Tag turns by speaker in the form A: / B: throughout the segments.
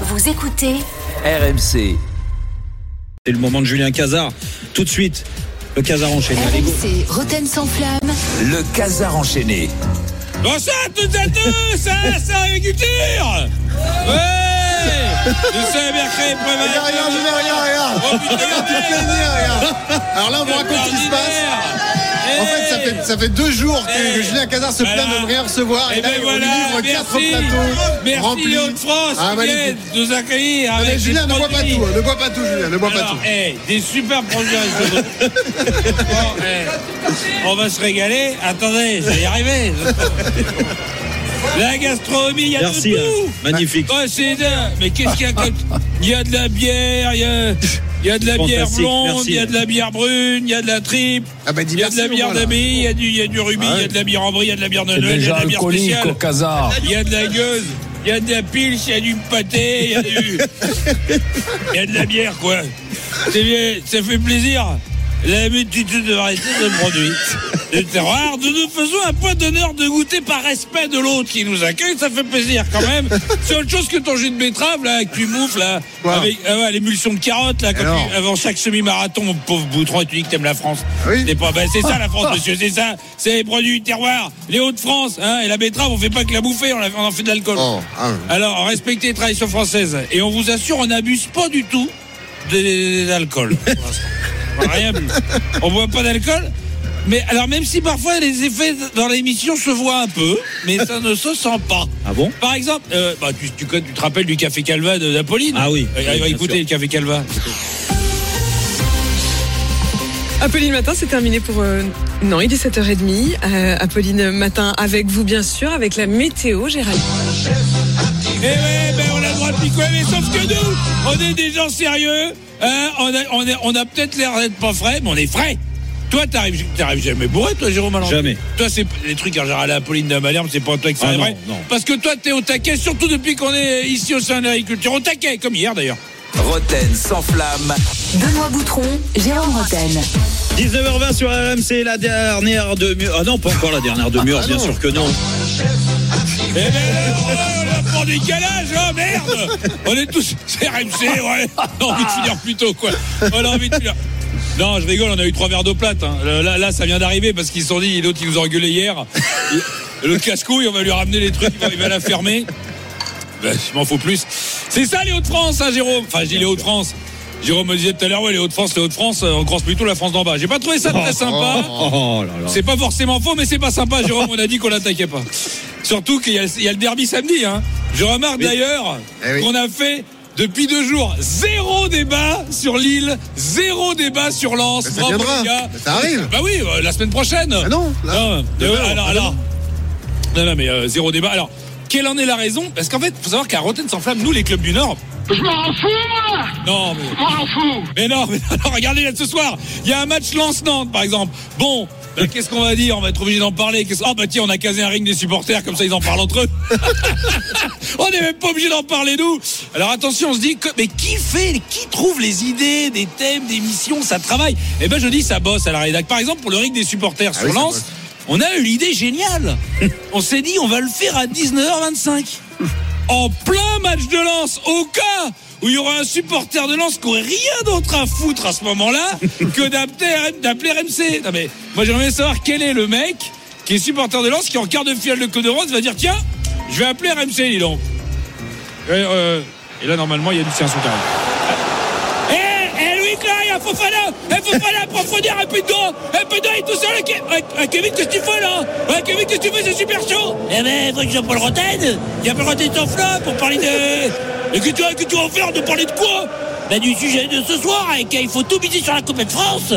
A: Vous écoutez
B: RMC.
C: C'est le moment de Julien Cazard. Tout de suite, le Cazard enchaîné. Allez, go.
A: RMC Roten sans flamme.
B: Le Casar enchaîné.
D: Bonsoir à toutes et à tous, ça, c'est l'agriculture Ouais Nous sommes mercredi 1er
E: Regarde, regarde,
D: avril.
E: Julien, regarde, regarde.
D: Oh putain,
E: Regarde, tu te fais
D: regardez,
E: venir, regarde. Alors là, on vous raconte ce qui se passe. En fait, ça fait, ça fait deux jours que,
D: Eh.
E: que Julien Cazard se
D: Voilà.
E: plaint de ne rien recevoir.
D: Et
E: Et, là,
D: ben
E: on
D: voilà,
E: lui livre quatre
D: merci,
E: plateaux
D: merci
E: remplis.
D: les Hauts-de-France
E: Ah,
D: qui viennent
E: magnifique.
D: nous accueillir
E: Non, mais
D: avec des
E: Julien, ne bois pas
D: produits.
E: tout. hein. Ne bois pas tout, Julien. Ne bois pas
D: Alors,
E: tout.
D: eh, des super produits régionaux. Bon, eh, on va se régaler. Attendez, je vais y arriver. La gastronomie, il y a
C: Merci,
D: de
C: hein.
D: tout.
C: magnifique.
D: Oh, c'est dingue. Mais qu'est-ce qu'il y a comme... Il y a de la bière, il y a... Il y a de la bière
C: Fantastique,
D: blonde,
C: merci.
D: il y a de la bière brune, il y a de la tripe,
E: Ah bah, dis
D: il y a de
E: merci,
D: la bière
E: voilà. Ah
D: d'abbaye, il y a du, il y a du rubis, il y a de la bière en brie, il y a de la bière de Noël, il y a de la bière spéciale,
F: Casar.
D: il y a de la gueuse, il y a de la pilche, il y a du pâté, il y a du... Il y a de la bière, quoi. C'est bien, ça fait plaisir. La multitude de variétés de produits. du terroir. Nous nous faisons un point d'honneur de goûter par respect de l'autre qui nous accueille. Ça fait plaisir quand même. C'est autre chose que ton jus de betterave, là, que tu moufles, là.
E: Quoi
D: Avec ah ouais, l'émulsion de carottes, là, quand
E: Alors
D: tu- avant chaque semi-marathon, pauvre boutron, et tu dis que t'aimes la France.
E: Oui.
D: C'est pas- ben, c'est ça, la France,
C: Ah.
D: monsieur. C'est ça. C'est les produits du terroir. Les Hauts-de-France, hein. Et la betterave, on fait pas que la bouffer, on, la- on en fait de l'alcool.
E: Oh, ah,
D: Alors, respectez les traditions françaises. Et on vous assure, on n'abuse pas du tout de, de- de l'alcool. Rien plus. On boit pas d'alcool. Mais alors, même si parfois les effets dans l'émission se voient un peu, mais ça ne se sent pas.
C: Ah bon
D: Par exemple, euh, bah, tu, tu, connais- tu te rappelles du café Calva de d'Apolline
C: Ah oui.
D: Euh,
C: Oui, bien
D: écoutez
C: sûr.
D: le café Calva.
G: Apolline Matin, c'est terminé pour... euh, non, il est 7h30. Euh, Apolline Matin avec vous, bien sûr, avec la météo, Gérald.
D: Eh ouais, ben on a le droit de picoler, mais sauf que nous, on est des gens sérieux. hein, on a, on a- on a peut-être l'air d'être pas frais, mais on est frais. Toi, t'arrives, t'arrives jamais bourré, toi, Jérôme Malandré.
C: Jamais.
D: Toi, c'est les trucs, genre à la Pauline de Malherbe, c'est pas toi qui ça
C: Ah
D: est
C: non,
D: vrai.
C: non.
D: Parce que toi, t'es au taquet, surtout depuis qu'on est ici au sein de l'agriculture. Au taquet, comme hier d'ailleurs.
B: Roten sans flamme.
A: Benoît Boutron, Jérôme Roten.
C: 19h20 sur RMC, la dernière demi-heure. Ah non, pas encore la dernière demi-heure, bien sûr que non.
D: Ah, Eh ben alors, oh, la pour du calage, oh merde On est tous c'est RMC, ouais On a envie de finir plus tôt, quoi On a envie de finir. Non, je rigole, on a eu trois verres d'eau plate. hein. Euh, Là, là, ça vient d'arriver parce qu'ils se sont dit, l'autre, il nous a engueulé hier. Et Le casse-couille, on va lui ramener les trucs, il va, il va la fermer. Ben, je m'en fous plus. C'est ça, les Hauts-de-France, hein, Jérôme Enfin, je dis les Hauts-de-France. Jérôme me disait tout à l'heure, ouais, les Hauts-de-France, les Hauts-de-France, euh, on croise plutôt la France d'en bas. J'ai pas trouvé ça très sympa.
C: Oh là là.
D: C'est pas forcément faux, mais c'est pas sympa, Jérôme. On a dit qu'on l'attaquait pas. Surtout qu'il y, a le- il y a le derby samedi. Hein. Je remarque d'ailleurs
E: Eh oui.
D: qu'on a fait depuis deux jours zéro débat sur Lille, zéro débat sur Lens.
E: Mais ça
D: Bravo,
E: viendra.
D: les gars.
E: Mais ça arrive.
D: Bah oui, euh, la semaine prochaine.
E: Ah non, là.
D: Non, euh,
E: Demain,
D: alors,
E: ah
D: alors. Non, non, mais euh, zéro débat. Alors, quelle en est la raison Parce qu'en fait, faut savoir qu'à Rotten sans flamme, nous, les clubs du Nord. Je m'en fous, moi Non, mais. Mais non, mais non, regardez là ce soir, il y a un match Lance-Nantes par exemple. Bon, ben, qu'est-ce qu'on va dire On va être obligé d'en parler. Qu'est-ce- Ah bah tiens, on a casé un ring des supporters, comme ça ils en parlent entre eux. on n'est même pas obligé d'en parler nous. Alors attention, on se dit, que- mais qui fait, qui trouve les idées, des thèmes, des missions, ça travaille Eh ben je dis, ça bosse à la rédac. Par exemple, pour le ring des supporters sur
E: Ah oui, ça
D: Lens,
E: bosse.
D: on a eu l'idée géniale. on s'est dit, on va le faire à 19h25 en plein match de Lens, au cas où il y aura un supporter de Lens qui aurait rien d'autre à foutre à ce moment-là que d'appeler d'appeler RMC. Non mais moi j'aimerais savoir quel est le mec qui est supporter de Lens qui en quart de finale de Coupe de France va dire tiens, je vais appeler RMC dis donc. Et, euh, et là normalement il y a du séance au carré. Eh, eh, Louis Clary, Fofana, eh, Fofana, approfondir un peu de dos, un peu de dos, il est tout seul, Ke- eh, eh, Kevin, qu'est-ce que tu fais là Eh, Kevin, qu'est-ce que tu fais, c'est super chaud Eh ben, faut que je Paul Rotten, il y a Paul Rotten sans flamme pour parler de... Et que tu, que tu vas faire de parler de quoi Ben, du sujet de ce soir, hein, et qu'il faut tout miser sur la Coupe de France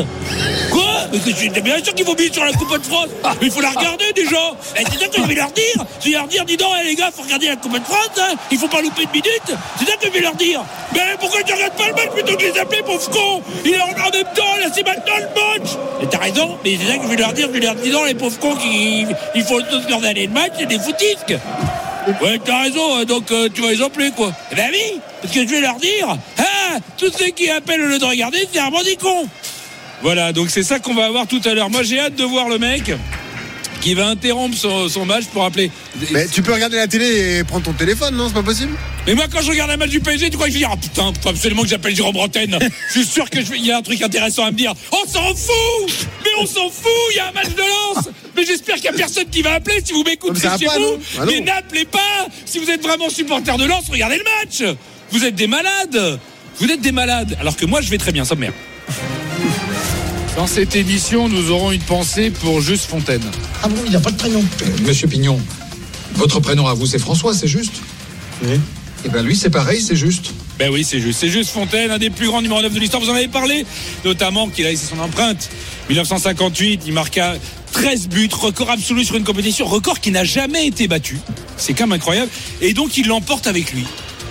D: Quoi Mais que tu- bien sûr qu'il faut miser sur la Coupe de France Mais il faut la regarder déjà Eh, C'est ça que je vais leur dire Je vais leur dire, dis donc, eh, les gars, faut regarder la Coupe de France, hein. il faut pas louper de minute C'est ça que je vais leur dire Mais pourquoi tu regardes pas le match plutôt que de les appeler, pauvre con Il est en, en même temps, là, c'est maintenant le match Mais t'as raison, mais c'est ça que je vais leur dire, je vais leur dire, dis donc, les pauvres cons, qui, ils font tous leur aller le match, c'est des foutisques Ouais, t'as raison, hein, donc euh, tu vas les appeler, quoi. Eh ben oui, parce que je vais leur dire, ah, tous ceux qui appellent au lieu de regarder, c'est un bandit con voilà, donc c'est ça qu'on va avoir tout à l'heure. Moi, j'ai hâte de voir le mec qui va interrompre son, son match pour appeler.
E: Mais tu peux regarder la télé et prendre ton téléphone, non C'est pas possible
D: Mais moi, quand je regarde un match du PSG, tu crois que je vais dire Ah putain, faut absolument que j'appelle Jérôme Bretagne. je suis sûr que je vais- il y a un truc intéressant à me dire. On s'en fout Mais on s'en fout Il y a un match de lance Mais j'espère qu'il n'y a personne qui va appeler si vous m'écoutez
E: Mais ça va
D: chez
E: pas, non
D: vous.
E: Ah non.
D: Mais n'appelez pas Si vous êtes vraiment supporter de lance, regardez le match Vous êtes des malades Vous êtes des malades Alors que moi, je vais très bien, ça me merde.
F: Dans cette édition, nous aurons une pensée pour Juste Fontaine.
H: Ah bon, il n'a pas de prénom.
I: Monsieur Pignon, votre prénom à vous c'est François, c'est juste Oui. Et bien lui c'est pareil, c'est juste.
D: Ben oui, c'est juste. C'est juste Fontaine, un des plus grands numéro 9 de l'histoire. Vous en avez parlé, notamment qu'il a laissé son empreinte. 1958, il marqua 13 buts, record absolu sur une compétition, record qui n'a jamais été battu. C'est quand même incroyable. Et donc, il l'emporte avec lui.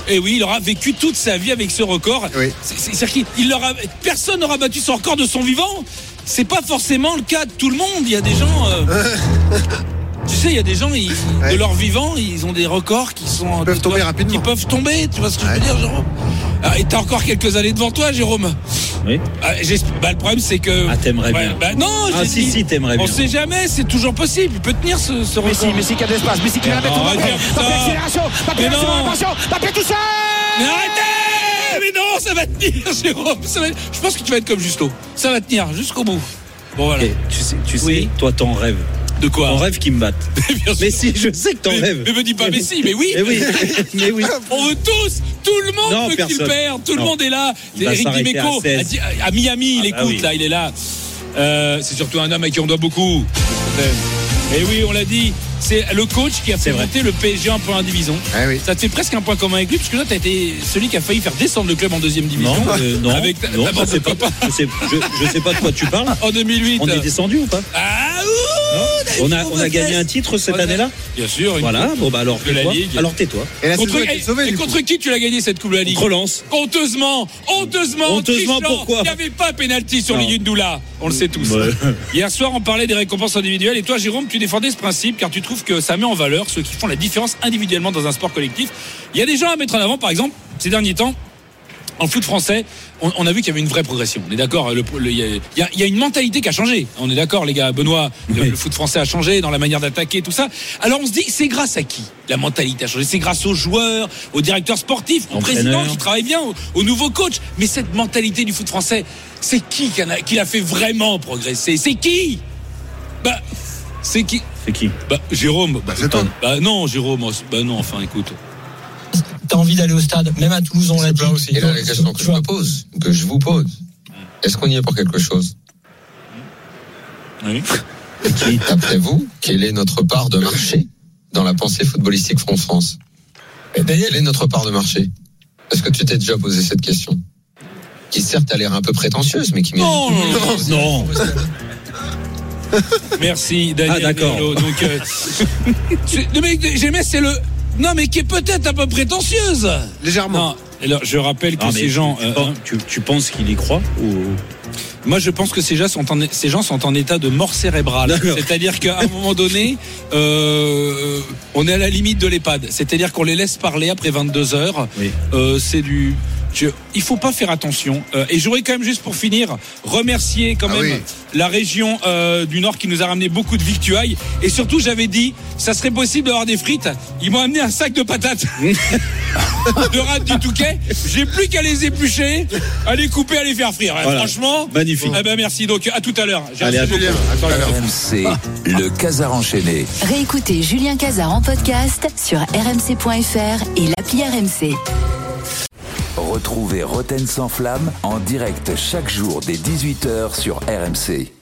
D: Et oui, il aura vécu toute sa vie avec ce record.
E: Oui.
D: C'est- c'est- C'est-à-dire qu'il l'aura- personne n'aura battu son record de son vivant. C'est pas forcément le cas de tout le monde. Il y a des gens. euh, Tu sais, il y a des gens, ils- de
E: Ouais.
D: leur vivant, ils ont des records qui sont.
E: peuvent
D: qui
E: tomber
D: doivent-
E: rapidement.
D: Qui peuvent tomber, tu vois ce que je veux
E: Ouais.
D: dire, Jérôme Ah, Et t'as encore quelques années devant toi, Jérôme
C: Oui.
D: Ah, j'esp- bah, Le problème, c'est que.
C: Ah, t'aimerais
D: Ouais,
C: bien.
D: bah, non,
C: Ah,
D: j'ai
C: si,
D: dit-
C: si, t'aimerais
D: On
C: bien.
D: sait jamais, c'est toujours possible. Il peut tenir ce, ce record.
H: Messi qui a de l'espace, Messi qui va la mettre au
D: Arrête
H: Mbappé.
D: de faire ça.
H: Mbappé, accélération, Mbappé,
D: Mais non.
H: accélération, attention, Mbappé tout seul
D: Mais arrêtez Mais non, ça va tenir, Jérôme ça va- Je pense que tu vas être comme Justo. Ça va tenir jusqu'au bout. Bon, voilà.
C: Eh, tu sais, tu sais,
D: Oui.
C: toi t'en rêves.
D: De quoi hein.
C: T'en rêves qu'ils me battent.
D: Bien sûr.
C: Mais si, je sais que t'en
D: Mais-
C: rêves.
D: mais me dis pas mais si, Ah, mais oui.
C: Mais oui, mais oui.
D: On veut tous, tout le monde
C: Non,
D: veut qu'il
C: personne.
D: perde, tout le
C: Non.
D: monde est là.
C: Il va
D: Eric
C: s'arrêter
D: Dimeco,
C: à 16.
D: a dit- euh, à, Miami, il
C: Ah bah
D: écoute,
C: oui.
D: là, il est là. Euh, c'est surtout un homme à qui on doit beaucoup. Et oui, on l'a dit, c'est le coach qui a
C: C'est vrai.
D: présenté le PSG en première division.
E: Ah oui.
D: Ça te fait presque un point commun avec lui, parce que là, t'as été celui qui a failli faire descendre le club en deuxième division.
C: Non, euh, non,
D: Avec ta-
C: non,
D: ta
C: ça,
D: bande de
C: c'est pas-
D: copains.
C: je, sais, je- je sais pas de quoi tu parles.
D: En 2008.
C: On est descendu ou pas
D: euh, Ah, ouh, David,
C: On a, on a
D: refait.
C: gagné un titre cette
D: On a-
C: année-là
D: Bien sûr. une
C: Voilà,
D: coupe.
C: bon bah alors
D: De la
C: tais-toi.
D: Ligue.
C: Alors tais-toi.
E: Et la
D: Contre,
E: saison est sauvée,
D: et
E: du coup.
D: contre qui tu l'as gagné cette Coupe de la Ligue
C: Contre Lens.
D: Honteusement, honteusement,
C: Honteusement,
D: en trichant.
C: pourquoi
D: Il n'y avait pas pénalty sur
C: Non.
D: Liyundoula, on le sait tous.
C: Ouais.
D: Hier soir, on parlait des récompenses individuelles et toi, Jérôme, tu défendais ce principe car tu trouves que ça met en valeur ceux qui font la différence individuellement dans un sport collectif. Il y a des gens à mettre en avant, par exemple, ces derniers temps. En foot français, on, on a vu qu'il y avait une vraie progression. On est d'accord. le- le- Il y, a- il y a- il y a une mentalité qui a changé. On est d'accord, les gars. Benoît, le,
C: Oui.
D: le foot français a changé dans la manière d'attaquer, tout ça. Alors on se dit, c'est grâce à qui la mentalité a changé C'est grâce aux joueurs, aux directeurs sportifs, aux
C: Entraîneurs.
D: présidents qui travaillent bien, aux, aux nouveaux coachs. Mais cette mentalité du foot français, c'est qui qui en a- qui l'a fait vraiment progresser C'est qui Bah, c'est qui
C: C'est qui
D: Bah, Jérôme. Bah,
E: c'est toi.
D: Bah non, Jérôme. oh, c'est- Bah non, enfin, écoute.
H: T'as envie d'aller au stade, même à Toulouse, on l'a dit.
I: Et là, la question que je me pose, que je vous pose, est-ce qu'on y est pour quelque chose
D: Oui.
I: D'après vous, quelle est notre part de marché dans la pensée footballistique en France Daniel, quelle est notre part de marché Est-ce que tu t'es déjà posé cette question Qui certes a l'air un peu prétentieuse, mais qui mérite.
D: Non, non, non.
C: Oh, Non.
D: Merci Daniel.
C: Ah, d'accord.
D: Riolo. Donc, euh, c'est- le mec de GMS, c'est le. Non, mais qui est peut-être un peu prétentieuse.
E: Légèrement.
D: Non. Alors, je rappelle que
C: Ah, mais
D: ces gens.
C: tu,
D: euh,
C: penses- tu- tu penses qu'il y croit ou
D: moi, je pense que ces gens sont en, ces gens sont en état de mort cérébrale.
C: D'accord.
D: C'est-à-dire qu'à un moment donné, euh, on est à la limite de l'EHPAD. C'est-à-dire qu'on les laisse parler après 22 heures.
C: Oui.
D: Euh, c'est du. je- il faut pas faire attention. Euh, et j'aurais quand même juste pour finir remercier quand
E: Ah
D: même
E: oui.
D: la région euh, du Nord qui nous a ramené beaucoup de victuailles. Et surtout, j'avais dit, ça serait possible d'avoir des frites. Ils m'ont amené un sac de patates. de rate du Touquet. J'ai plus qu'à les éplucher, à les couper, à les faire frire. Eh,
C: Voilà.
D: Franchement.
C: Magnifique.
D: Eh ben merci. Donc à tout à l'heure. J'ai
C: Allez, à
D: reçu
C: tout
E: Julien,
D: beaucoup.
E: à tout à
B: RMC,
E: l'heure.
B: le Casar enchaîné.
A: Réécoutez Julien Cazard en podcast sur rmc.fr et l'appli RMC.
B: Retrouvez Roten sans flamme en direct chaque jour dès 18h sur RMC.